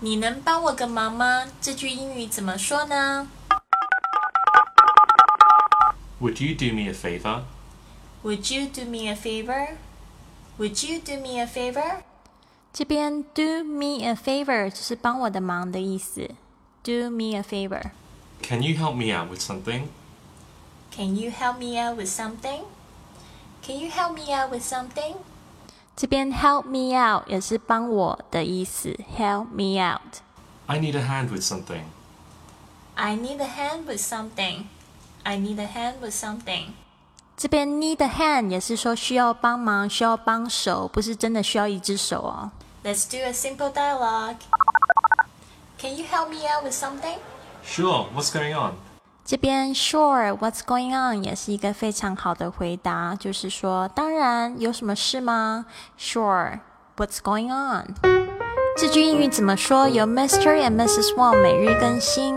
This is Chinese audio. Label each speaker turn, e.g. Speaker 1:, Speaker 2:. Speaker 1: 你能帮我个忙吗？这句英语怎么说呢
Speaker 2: Would you do me a favor?
Speaker 1: ？Would you do me a favor? Would you do me a favor? 这边 do me a favor 就是帮我的忙的意思。Do me a favor.
Speaker 2: Can you help me out with something?
Speaker 1: Can you help me out with something? Can you help me out with something? 这边 help me out 也是帮我的意思。Help me out.
Speaker 2: I need a hand with something.
Speaker 1: I need a hand with something. I need a hand with something. 这边 need a hand 也是说需要帮忙，需要帮手，不是真的需要一只手哦。Let's do a simple dialogue. Can you help me out with something?
Speaker 2: Sure, what's going on?
Speaker 1: 这边 Sure, what's going on 也是一个非常好的回答，就是说，当然，有什么事吗？Sure, what's going on？这句英语怎么说？由 Mr. and Mrs. Wang 每日更新。